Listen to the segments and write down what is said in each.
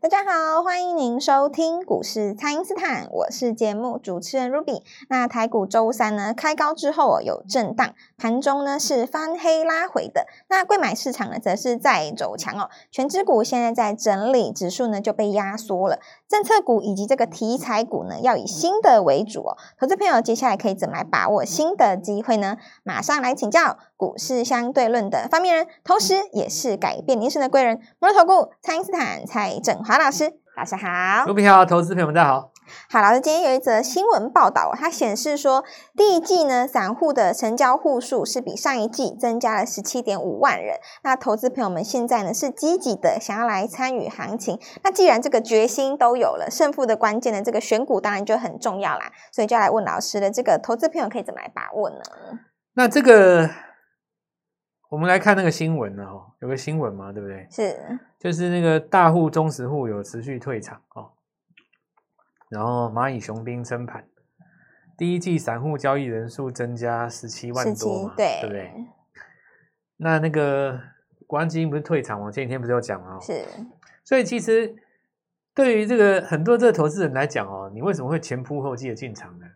大家好，欢迎您收听股市蔡因斯坦，我是节目主持人 Ruby。那台股周三呢开高之后、哦、有震荡，盘中呢是翻黑拉回的。那贵买市场呢则是在走强哦，全指股现在在整理，指数呢就被压缩了。政策股以及这个题材股呢要以新的为主哦。投资朋友接下来可以怎么来把握新的机会呢？马上来请教股市相对论的发明人，同时也是改变人生的贵人——摩头股蔡因斯坦蔡振华。马老师，老师好。卢平好，投资朋友们大家好。好，老师，今天有一则新闻报道，它显示说，第一季呢，散户的成交户数是比上一季增加了十七点五万人。那投资朋友们现在呢是积极的想要来参与行情。那既然这个决心都有了，胜负的关键呢，这个选股当然就很重要啦。所以就要来问老师的，这个投资朋友可以怎么来把握呢？那这个我们来看那个新闻了哈，有个新闻嘛，对不对？是，就是那个大户、中实户有持续退场哦，然后蚂蚁雄兵撑盘，第一季散户交易人数增加十七万多嘛， 17对不对？那那个国安基金不是退场吗？前几天不是有讲哦吗？是，所以其实对于这个很多这个投资人来讲哦，你为什么会前仆后继的进场呢？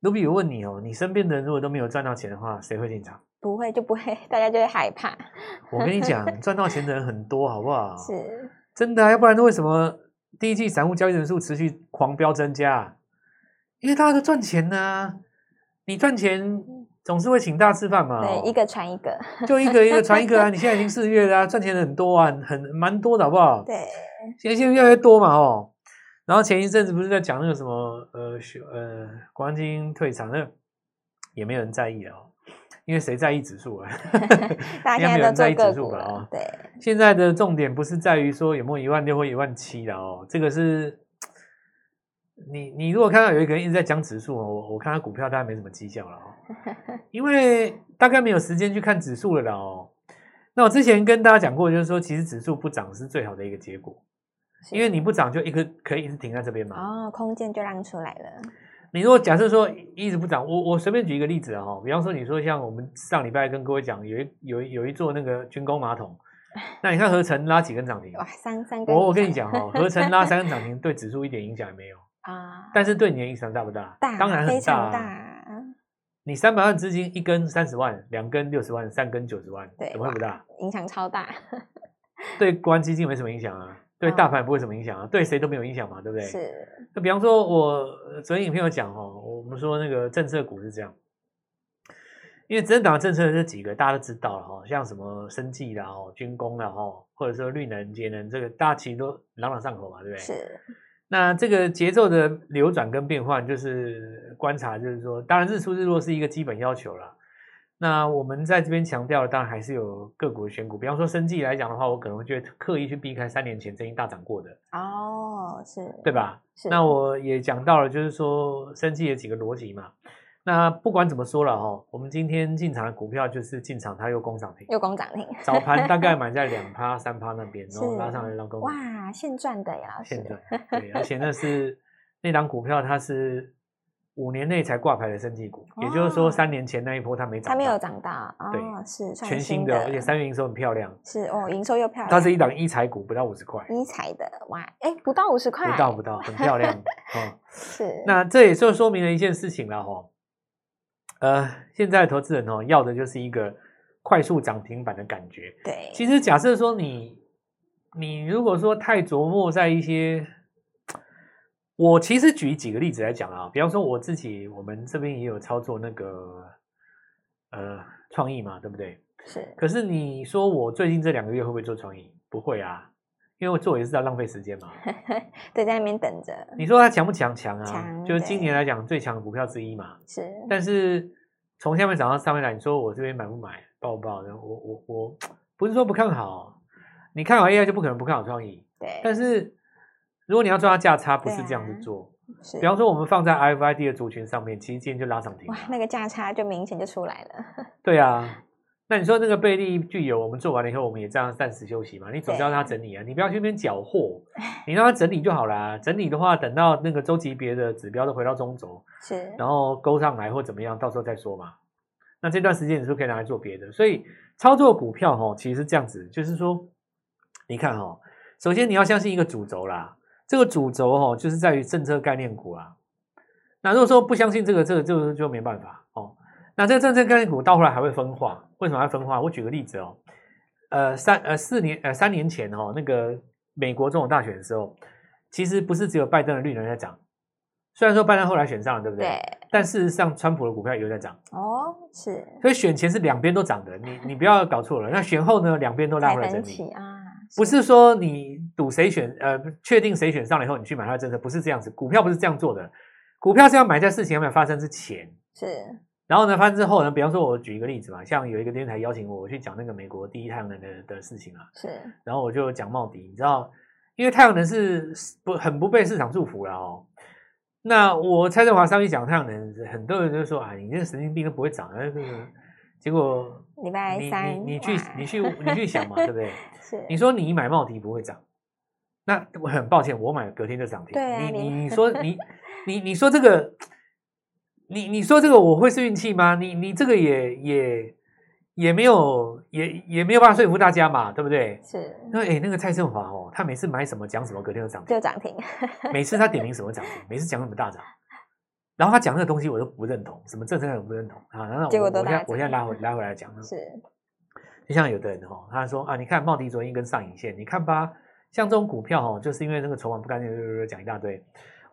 卢比，我问你哦，你身边的人如果都没有赚到钱的话，谁会进场？不会就不会，大家就会害怕。我跟你 讲，赚到钱的人很多，好不好？是，真的、啊，要不然为什么第一季散户交易人数持续狂飙增加啊？因为大家都赚钱呐、你赚钱总是会请大吃饭嘛、哦对，一个传一个，就一个一个传一个啊！你现在已经四月啦、赚钱的很多啊，很蛮多的，好不好？对，现在现在越来越多嘛哦。然后前一阵子不是在讲那个什么呃学呃国安基金退场，那个也没有人在意了哦，因为谁在意指数啊？ 大应家现在该没有都人在做意个指数股吧了哦，对，现在的重点不是在于说有没有一万六或一万七的哦，这个是你你如果看到有一个人一直在讲指数哦，我我看他股票大概没什么绩效了哦，因为大概没有时间去看指数了啦哦。那我之前跟大家讲过，就是说其实指数不涨是最好的一个结果，是因为你不涨就一个可以一直停在这边嘛。哦，空间就让出来了，你如果假设说一直不涨，我我随便举一个例子啊、哦，比方说你说像我们上礼拜跟各位讲，有一有一有一座那个军工 马桶，那你看合成拉几根涨停哇，？三三根以上，我我跟你讲 哦，合成拉三根涨停对指数一点影响也没有，啊，但是对你的影响大不大？大当然很非大常啊。大，你三百万资金一根三十万，两根六十万，三根九十万，对怎么会不大？影响超大，对国安基金没什么影响啊，对嗯大盘也不会什么影响啊，对谁都没有影响嘛，对不对？是那比方说我，呃昨天影片有讲哦，我们说那个政策股是这样，因为执政党的政策这几个大家都知道了哦，像什么生计啦、哦、军工啦、哦，或者说绿能、节能，这个大家其实都朗朗上口嘛，对不对？。是，那这个节奏的流转跟变换，就是观察，就是说，当然日出日落是一个基本要求啦。那我们在这边强调的，当然还是有个股的选股，比方说生计来讲的话，我可能就会刻意去避开三年前曾经大涨过的，哦，是，对吧？是，那我也讲到了，就是说生计有几个逻辑嘛。那不管怎么说了哦，我们今天进场的股票就是进场，它又攻涨 停，又攻涨停，早盘大概买在两趴、三趴那 边，然后是拉上来到攻涨停，哇，现赚的呀，老嗯现师，赚。对，而且那是那档股票，它是五年内才挂牌的生技股，也就是说哇三年前那一波它没涨哦到，它没有涨到，对哦，是算全新的，的，而且三月营收很漂亮，是哦，营收又漂亮，它是一档一财股，不到五十块，一彩的，哇，哎，不到五十块，不到不到，很 漂亮哦。是，那这也就说明了一件事情了哈、呃，现在的投资人哦，要的就是一个快速涨停板的感觉。对，其实假设说你，你如果说太琢磨在一些，我其实举几个例子来讲啊，比方说我自己，我们这边也有操作那个呃创意嘛，对不对？是可是你说我最近这两个月会不会做创意？不会啊，因为我做也是要浪费时 间嘛。对，在那边等着，你说它强不强？强啊，强就是对今年来讲最强的股票之一嘛。是，但是从下面涨到上面来，你说我这边买不买，报不报呢？我我我不是说不看好，你看好 AI 就不可能不看好创意。对，但是如果你要抓价差，不对是这样啊子做。是比，方说，我们放在 RFID 的族群上面，其实今天就拉涨停哇了。，那个价差就明显就出来了，对啊，那你说那个贝利具有，我们做完了以后，我们也这样暂时休息嘛？你总是要让它整理啊，你不要去那边 搅和，你让它整理就好啦。整理的话，等到那个周级别的指标都回到中轴，是，然后勾上来或怎么样，到时候再说嘛。那这段时间你是可以拿来做别的，所以操作股票哈、其实是这样子，就是说，你看哈、首先你要相信一个主轴啦，这个主轴哦，就是在于政策概念股啊。那如果说不相信这个，这个就就没办法哦。那这个政策概念股到后来还会分化，为什么要分化？我举个例子哦，呃，三呃四年呃三年前哦，那个美国总统大选的时候，其实不是只有拜登的绿能在涨，虽然说拜登后来选上了，对不对？对，但事实上，川普的股票也有在涨，哦，是所以选前是两边都涨的，你你不要搞错了。那选后呢，两边都拉才回来整分理歧，啊，不是说你赌谁选，呃，确定谁选上了以后你去买它的政策，不是这样子，股票不是这样做的，股票是要买在事情还没有发生之前，是然后呢，发生之后呢，比方说，我举一个例子嘛，像有一个电视台邀请我，我去讲那个美国第一太阳能的的事情啊，是，然后我就讲茂迪，你知道，因为太阳能是不很不被市场祝福了哦。那我蔡振华上去讲太阳能，很多人就说啊，你这神经病都不会涨啊。那个结果礼拜你你三你去哇你去你 去想嘛，对不对？是你说你买茂迪不会涨，那我很抱歉，我买隔天就涨停。对啊你你你你说 你你你说这个，你你说这个我会是运气吗？你你这个也也也没有也也没有办法说服大家嘛，对不对？是因为哎，那个蔡振华哦，他每次买什么讲什么，隔天就涨停就。涨停，嗯每次他点名什么涨停，每次讲什么大涨，然后他讲那个东西我都不认同，什么政策我不认同啊。然后我结果都我现大在我现在涨拉回拉回来讲，是就像有的人哦，他说啊，你看茂迪昨天跟上影线，你看吧，像这种股票哦，就是因为那个筹码不干净，呃讲一大堆。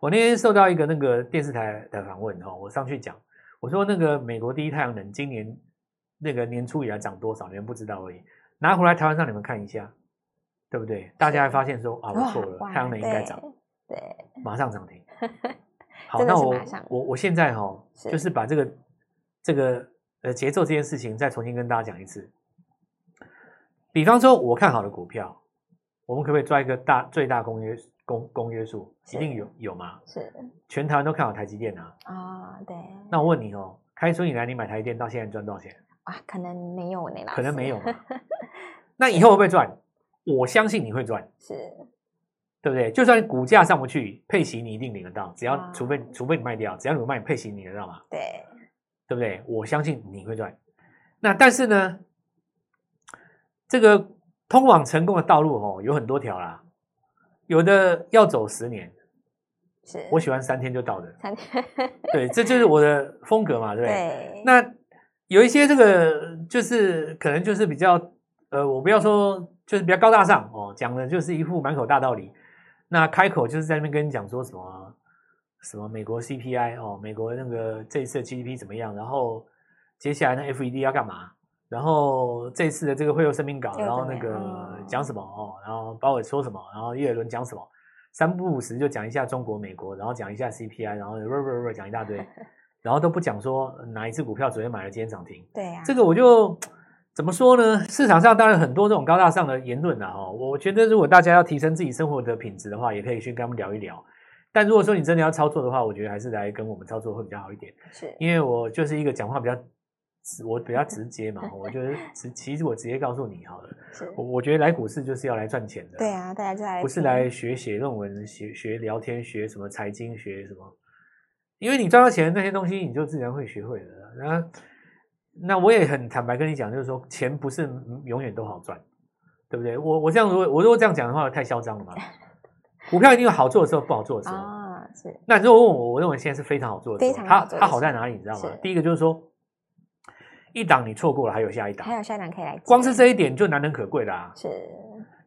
我那天受到一个那个电视台的访问哦，我上去讲，我说那个美国第一太阳能今年那个年初以来涨多少，你们不知道而已，拿回来台湾让你们看一下，对不对？大家还发现说啊，我错了，哇太阳能应该涨，，对对，马上涨 停。好，真的那是我马上我我现在哈、哦，是就是把这个这个呃节奏这件事情再重新跟大家讲一次。比方说，我看好的股票，我们可不可以抓一个大最大公约公公约数？一是定有有吗？是全台湾都看好台积电啊。啊，对，那我问你哦，开春以来你买台积电到现在赚多少钱？哇，可能没有呢，老可能师没有嘛。那以后会不会赚？我相信你会赚，是对不对？就算股价上不去，配息你一定领得到，只要哇除非除非你卖掉，只要你卖配息你领得到嘛。对对不对？我相信你会赚。那但是呢，这个通往成功的道路哦，有很多条啦，有的要走十年，是，我喜欢三天就到的。三天对，这就是我的风格嘛，对不对？嗯对，那有一些这个就是可能就是比较呃，我不要说就是比较高大上哦，讲的就是一副满口大道理，那开口就是在那边跟你讲说什么什么美国 CPI 哦，美国那个这一次的 GDP 怎么样，然后接下来呢 FED 要干嘛，然后这一次的这个会后声明稿，又然后怎么那样个哦讲什么哦，然后鲍尔说什么，然后耶伦讲什么。三不五时就讲一下中国、美国，然后讲一下 CPI，然后呃呃呃讲一大堆，然后都不讲说呃哪一只股票昨天买了，今天涨停。对啊，这个我就怎么说呢？市场上当然很多这种高大上的言论啊，哦，我觉得如果大家要提升自己生活的品质的话，也可以去跟他们聊一聊。但如果说你真的要操作的话，我觉得还是来跟我们操作会比较好一点，是因为我就是一个讲话比较直，我比较直接嘛，我就是直，其实我直接告诉你好了，是我，我觉得来股市就是要来赚钱的，对啊，大家就来不是听来学写论文、学学聊天、学什么财经、学什么，因为你赚到钱那些东西，你就自然会学会了。那那我也很坦白跟你讲，就是说钱不是嗯永远都好赚，对不对？我我这样如果我如果这样讲的话，太嚣 张了嘛。股票一定有好做的时候，不好做的时候。啊，是那如果问我，我认为现在是非常好做的时候，非常它好做的它时好在候哪里，你知道吗是？第一个就是说，一档你错过了，还有下一档还，有下一档可以来接，光是这一点就难能可贵啦、是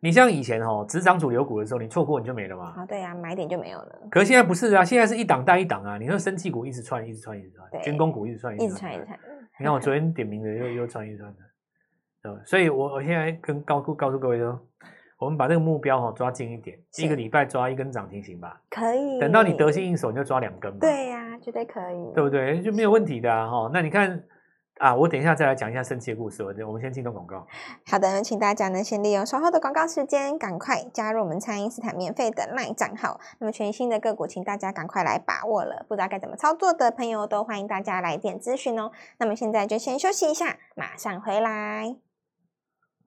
你像以前哦，只涨主流股的时候，你错过你就没了嘛。啊，对啊，买点就没有了，可是现在不是啊，现在是一档带一档啊。你说生技股一直窜，一直窜，一直对窜；军工股一直窜，一直穿一直穿，你看我昨天点名的又又窜一窜的，对吧所以我我现在跟告诉告诉各位说，我们把这个目标哦抓近一点，是一个礼拜抓一根涨停行吧。可以等到你得心应手，你就抓两根嘛，对呀，绝对可以，对不对？就没有问题的啊。哦，那你看啊，我等一下再来讲一下生技的故事。我我们先进段广告。好的，请大家呢先利用稍后的广告时间，赶快加入我们蔡因斯坦免费的 LINE 账号。那么全新的个股，请大家赶快来把握了。不知道该怎么操作的朋友，都欢迎大家来电咨询哦。那么现在就先休息一下，马上回来。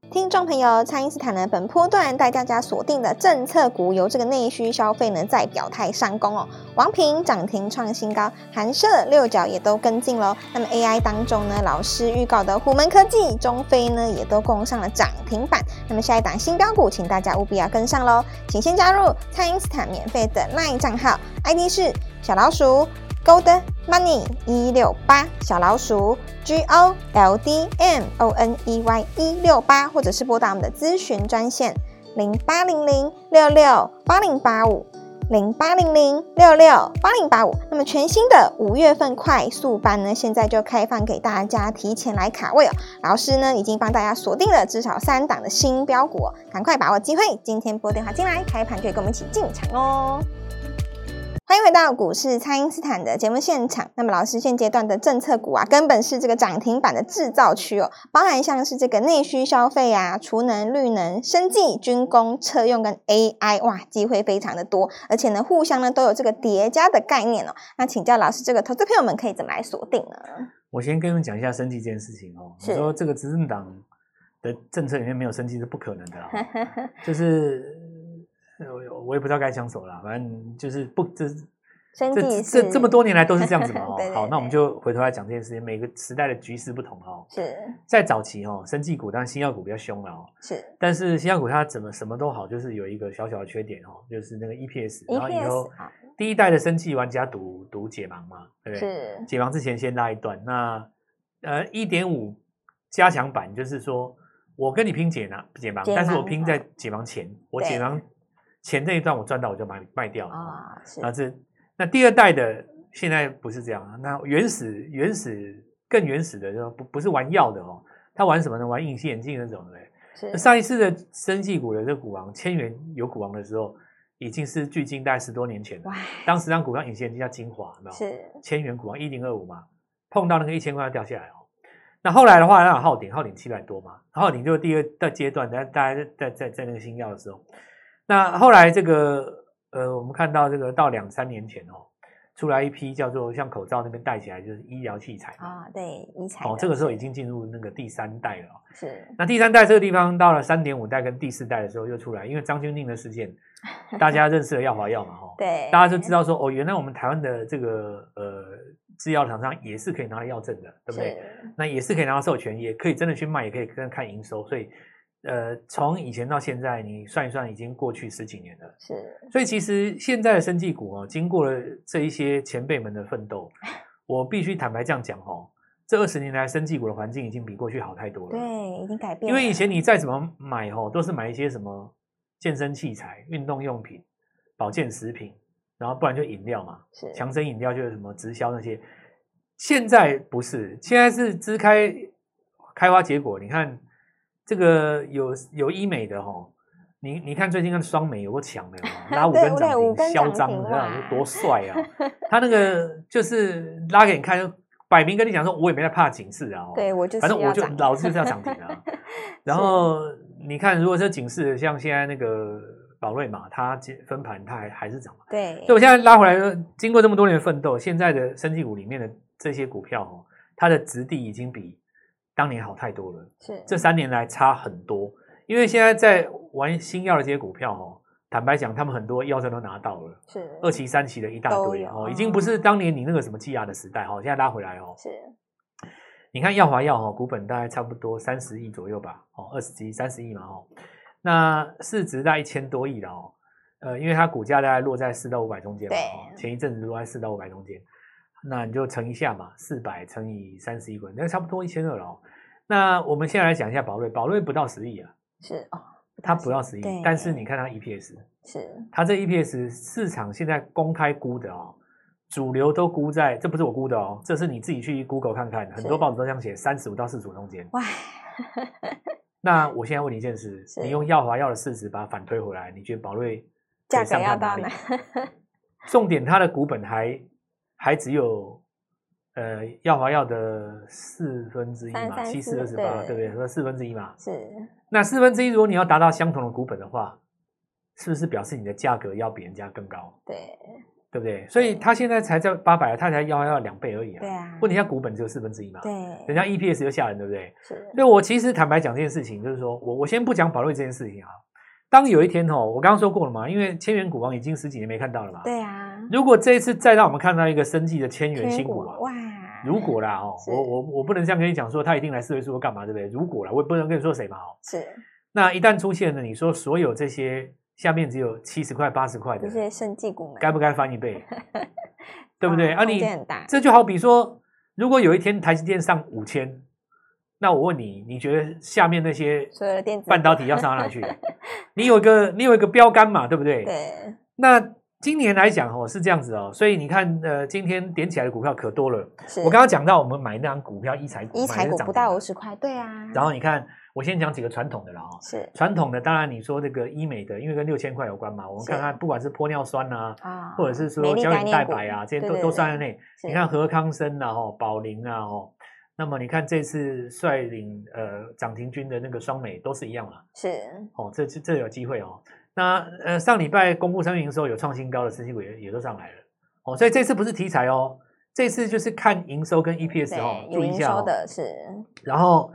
听众朋友，蔡因斯坦呢，本波段带大家锁定的政策股由这个内需消费呢在表态上攻哦。王平涨停创新高，韩舍六角也都跟进喽。那么 AI 当中呢，老师预告的虎门科技、中飞呢也都攻上了涨停板。那么下一档新标股，请大家务必要跟上喽。请先加入蔡因斯坦免费的 LINE 账号，ID 是小老鼠 Gold Money 一六八小老鼠 G O L D M O N E Y 一六八，或者是拨打我们的咨询专线零八零零六六八零八五零八零零六六八零八五。那么全新的五月份快速班呢，现在就开放给大家提前来卡位哦。老师呢已经帮大家锁定了至少三档的新标股、哦，赶快把握机会，今天拨电话进来，开盘就可以跟我们一起进场哦。欢迎回到股市，蔡因斯坦的节目现场。那么，老师现阶段的政策股啊，根本是这个涨停板的制造区哦，包含像是这个内需消费啊、储能、绿能、生技、军工、车用跟 AI，哇，机会非常的多，而且呢，互相呢都有这个叠加的概念哦。那请教老师，这个投资朋友们可以怎么来锁定呢？我先跟你们讲一下生计这件事情哦。是我说这个执政党的政策里面没有生计是不可能 的啦哦，就是呃我我也不知道该讲什么啦，反正就是不这生这技这是这么多年来都是这样 子嘛哦。对对好，那我们对就回头来讲这件事情，每个时代的局势不同哦。是在早期哦，生技股当然新药股比较凶了哦，是但是新药股它怎么什么都好，就是有一个小小的缺点哦，就是那个 EPS，然后以 EPS 后好第一代的生技玩家赌赌解盲嘛，对不对？是解盲之前先拉一段，那呃一点五加强版就是说我跟你拼解盲解盲，解但是我盲哦拼在解盲前，我对解盲前这一段我赚到我就卖卖掉了哦。啊是那这那第二代的现在不是这样啊，那原始原始更原始的就不不是玩药的哦，他玩什么呢？玩隐形眼镜那种的嘞。那是上一次的生技股的这个股王千元有股王的时候，已经是距今大概十多年前了哇。当时让股票隐形眼镜叫精华，有没有？是千元股王一零二五嘛，碰到那个一千块要掉下来哦。那后来的话，那浩鼎，浩鼎七百多嘛，浩鼎就是第二的阶段，大家大家在在在在那个新药的时候，那后来这个呃，我们看到这个到两三年前哦，出来一批叫做像口罩那边戴起来就是医疗器材嘛啊对理财哦，的这个时候已经进入那个第三代了哦、是那第三代这个地方到了三点五代跟第四代的时候又出来，因为张钧甯的事件，大家认识了药华药嘛哦，对大家就知道说，哦，原来我们台湾的这个呃制药厂商也是可以拿到药证的，对不对？是那也是可以拿到授权，也可以真的去卖，也可以跟看营收。所以，呃，从以前到现在，你算一算，已经过去十几年了。是所以，其实现在的生技股哦，经过了这一些前辈们的奋 斗，我必须坦白这样讲哦，这二十年来生技股的环境已经比过去好太多了。对啊已经改变嗯因了，为以前你再怎么买吼，都是买一些什么健身器材、运动用品、保健食品，然后不然就饮料嘛，是强生饮料就是什么直销那些。现在不是，现在是支开开花结果。你看这个有有医美的吼，你你看最近看双美有多强的， 拉五对根对涨五根停，嚣涨张，停你知道哇多帅啊！他那个就是拉给你看，就摆明跟你讲说，我也没在怕 警示啊、哦。对我就是反正我要就涨老子就是要涨停 啊。然后你看，如果这警示像现在那个宝瑞嘛，它今分盘它还还是涨嘛。对所以我现在拉回来说，经过这么多年的奋斗，现在的生技股里面的这些股票哦，它的质地已经比当年好太多了。是这三年来差很多，因为现在在玩新药的这些股票哦，坦白讲，他们很多药证都拿到了。是二期、三期的一大都堆有嗯哦，已经不是当年你那个什么基亚的时代哦，现在拉回来哦，是你看耀华药哦，股本大概差不多三十亿左右吧，哦，二十几、三十亿嘛哦，那市值大概一千多亿了哦，呃，因为它股价大概落在四到五百中间嘛，哦对前一阵子落在四到五百中间，那你就乘一下嘛，四百乘以三十亿股，那差不多一千二了哦。那我们现在来讲一下宝瑞，宝瑞不到十亿啊，是哦，它不到十亿对，但是你看它 E EPS，是它这 EPS 市场现在公开估的哦，主流都估在，这不是我估的哦，这是你自己去 Google 看看，很多是报纸都这样写，三十五到四十五中间。哇，那我现在问你一件事，是你用耀华药的市值把它反推回来，你觉得宝瑞价可以格上要看到哪里哪？？重点它的股本还还只有呃耀华药的四分之一嘛， 334七四二十八，对对不对？说四分之一嘛，是那四分之一如果你要达到相同的股本的话，是不是表示你的价格要比人家更高？对对不对？所以它现在才在八百，它才要要两倍而已啊。对啊问题它股本只有四分之一嘛，对，人家 E EPS 又吓人，对不对？是，所以我其实坦白讲这件事情，就是说我我先不讲保瑞这件事情啊。当有一天哦，我刚刚说过了嘛，因为千元股王已经十几年没看到了嘛。。对啊，如果这一次再让我们看到一个生计的千元新股啊，哇，如果啦哦，是我我我不能这样跟你讲说他一定来四位数干嘛，对不对？如果啦，我也不能跟你说谁嘛哦。是那一旦出现了，你说所有这些下面只有七十块、八十块的这，些生技股们，哦该不该翻一 倍？对不对？哇啊，空你间很大，这就好比说，如果有一天台积电上五千，那我问你，你觉得下面那些所有的电子半导体要上到哪去？啊你有一个你有一个标杆嘛，对不对？对，那今年来讲哦，是这样子哦，所以你看，呃，今天点起来的股票可多了。是我刚刚讲到，我们买那张股票一财股，一买财的股是涨不停到的五十块，对啊，然后你看，我先讲几个传统的了哦。是传统的，当然你说这个医美的，因为跟六千块有关嘛，我们是看看，不管是玻尿酸啊，啊，或者是说美丽胶概原念蛋股白啊，这些对都对都对算在内。是你看何康生啊，哦，宝林啊，哦，那么你看这次率领呃涨停军的那个双美都是一样啦，是哦，这这这有机会哦。那呃上礼拜公布三月营收有创新高的，升息股也也都上来了，哦，所以这次不是题材哦，这次就是看营收跟 EPS 哦对，，有注意一营下收哦。的是然后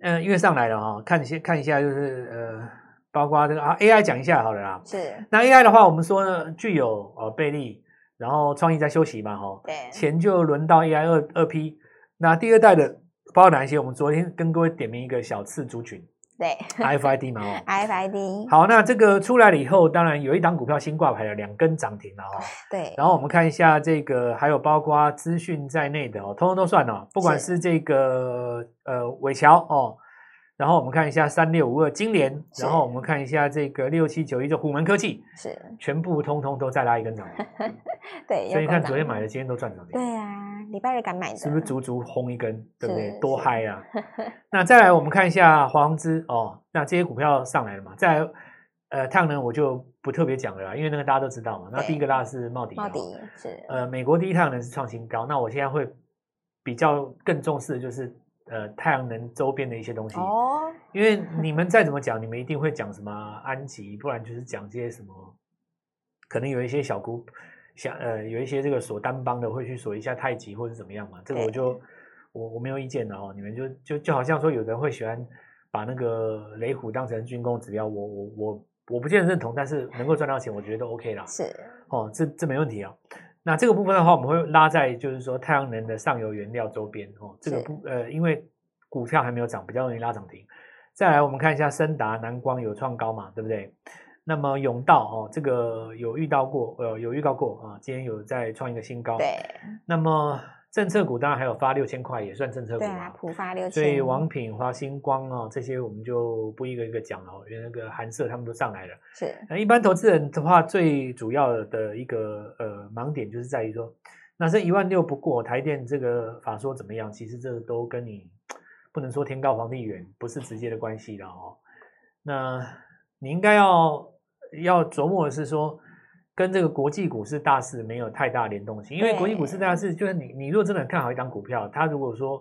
呃因为上来了哦，看一些看一下就是呃包括这个啊 AI 讲一下好了啦，是，那 AI 的话，我们说呢，具有呃贝利，然后创意在休息嘛，哈、对，钱就轮到 AI 二二 P。那第二代的包括哪一些？我们昨天跟各位点名一个小次族 群 对 FID 嘛，哦。 ，FID 好，那这个出来了以后，当然有一档股票新挂牌了，两根涨停了哦。对，然后我们看一下这个，还有包括资讯在内的哦，通通都算哦，不管是是这个呃伟桥哦，然后我们看一下三六五二金联，是然后我们看一下这个六七九一的虎门科技，是，全部通通都再拉一 根涨停，对，所以有你够看涨昨天买的的，今天都赚涨停，对啊，礼拜日敢买的，是不是足足轰一根，对不对是？多是嗨 啊！那再来我们看一下华航资哦，那这些股票上来了嘛？再来呃，太阳能我就不特别讲了啦，因为那个大家都知道嘛。那对第一个拉的是茂迪嘛，茂迪是呃，美国第一太阳能是创新高，那我现在会比较更重视的就是呃太阳能周边的一些东西，哦，因为你们再怎么讲，你们一定会讲什么安吉，不然就是讲些什么，可能有一些小股，想呃有一些这个锁单帮的会去锁一下太极或者怎么样嘛，这个我对就我我没有意见的哦，你们就就就好像说有的人会喜欢把那个雷虎当成军工指标，我我我我不见得认同，但是能够赚到钱，我觉得都 OK 啦。是哦，这这没问题哦。那这个部分的话，我们会拉在就是说太阳能的上游原料周边哦，这个是不呃，因为股票还没有涨，比较容易拉涨停。再来，我们看一下森达、南光有创高嘛，对不对？那么永道哦，这个有遇到过，呃，有预告过啊，今天有在创一个新高。。对那么政策股当然还有发六千块，也算政策股对啊啊，。浦发六千，所以王品、华星光哦，这些我们就不一个一个讲了哦，因为那个韩舍他们都上来了。是那一般投资人的话，最主要的一个呃盲点就是在于说，那这一万六不过台电这个法说怎么样？其实这个都跟你不能说天高皇帝远，不是直接的关系的哦。那你应该要要琢磨的是说，跟这个国际股市大势没有太大联动性，因为对国际股市大势就是你你如果真的很看好一档股票，它如果说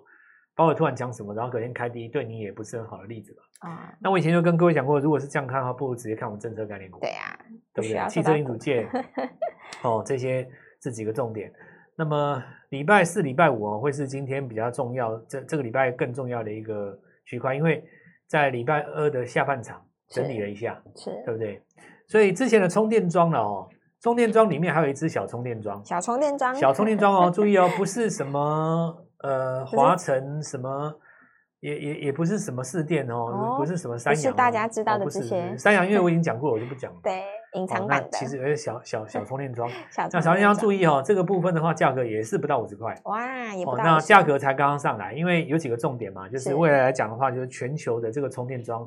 包括突然讲什么，然后隔天开低，对你也不是很好的例子吧？啊，那我以前就跟各位讲过，如果是这样看的话，不如直接看我们政策概念股。对啊，对不需要对？汽受车到零组股件哦，这些这几个重点。那么礼拜四、礼拜五哦，会是今天比较重要，这这个礼拜更重要的一个区块，因为在礼拜二的下半场整理是了一下，是对不对？所以之前的充电桩了哦，充电桩里面还有一只小充电桩，小充电桩，小充电 桩哦，注意哦，不是什么呃是华晨什么，也也也不是什么四电哦，哦不是什么三不洋是哦、大家知道哦的不这是些三洋，因为我已 经讲过，我就不讲了。对隐好，藏哦那版的，其实有些小小小充电桩， 小那充小充电桩注意意哦，这个部分的话，价格也是不到五十块。哇，也不哦，到那50价格才刚刚上来，因为有几个重点嘛，就是是未来来讲的话，就是全球的这个充电桩，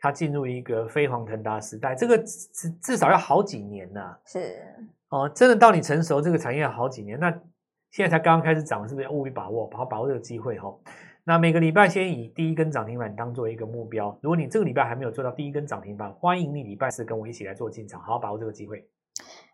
它进入一个飞黄腾达时代，这个至至少要好几年呐、是哦，真的到你成熟这个产业好几年，那现在才刚刚开始涨，是不是要务必把握，把握把握这个机会哦？那每个礼拜先以第一根涨停板当做一个目标，如果你这个礼拜还没有做到第一根涨停板，欢迎你礼拜四跟我一起来做进场，好好把握这个机会。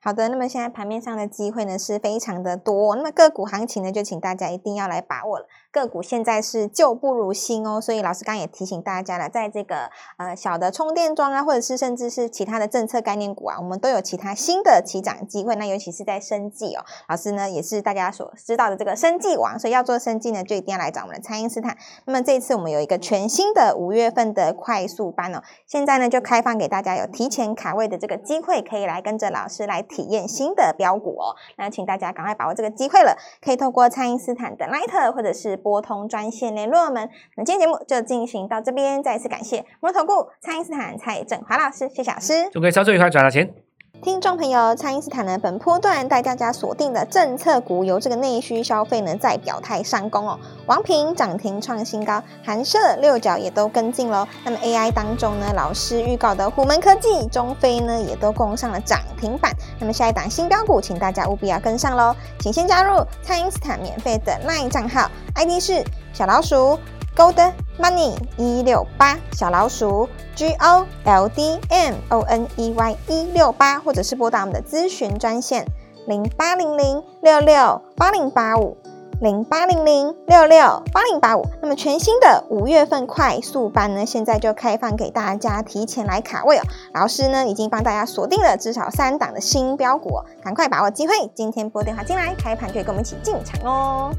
好的，那么现在盘面上的机会呢是非常的多，那么个股行情呢就请大家一定要来把握了。个股现在是旧不如新哦。所以老师刚刚也提醒大家了，在这个呃小的充电桩啊，或者是甚至是其他的政策概念股啊，我们都有其他新的起涨机会。那尤其是在生技哦，老师呢也是大家所知道的这个生技王，所以要做生技呢，就一定要来找我们的蔡因斯坦。那么这一次我们有一个全新的五月份的快速班哦，现在呢就开放给大家有提前卡位的这个机会，可以来跟着老师来体验新的标股哦。那请大家赶快把握这个机会了，可以透过蔡因斯坦的 Light 或者是拨通专线联络我们。那今天节目就进行到这边，再次感谢摩投顾蔡因斯坦蔡振华老师，谢谢老师。祝各位操作愉快，赚到钱。听众朋友，蔡因斯坦呢，本波段带大家锁定的政策股，由这个内需消费呢在表态上攻哦。王平涨停创新高，韩舍六角也都跟进喽。那么 AI 当中呢，老师预告的虎门科技、中飞呢也都攻上了涨停板。那么下一档新标股，请大家务必要跟上喽。请先加入蔡因斯坦免费的 LINE 账号，ID 是小老鼠 Gold Money 一六八小老鼠 G O L D M O N E Y 一六八，或者是拨打我们的咨询专线零八零零六六八零八五零八零零六六八零八五。那么全新的五月份快速班呢，现在就开放给大家提前来卡位哦。老师呢已经帮大家锁定了至少三档的新标股、哦，赶快把握机会，今天拨电话进来，开盘就可以跟我们一起进场哦。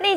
立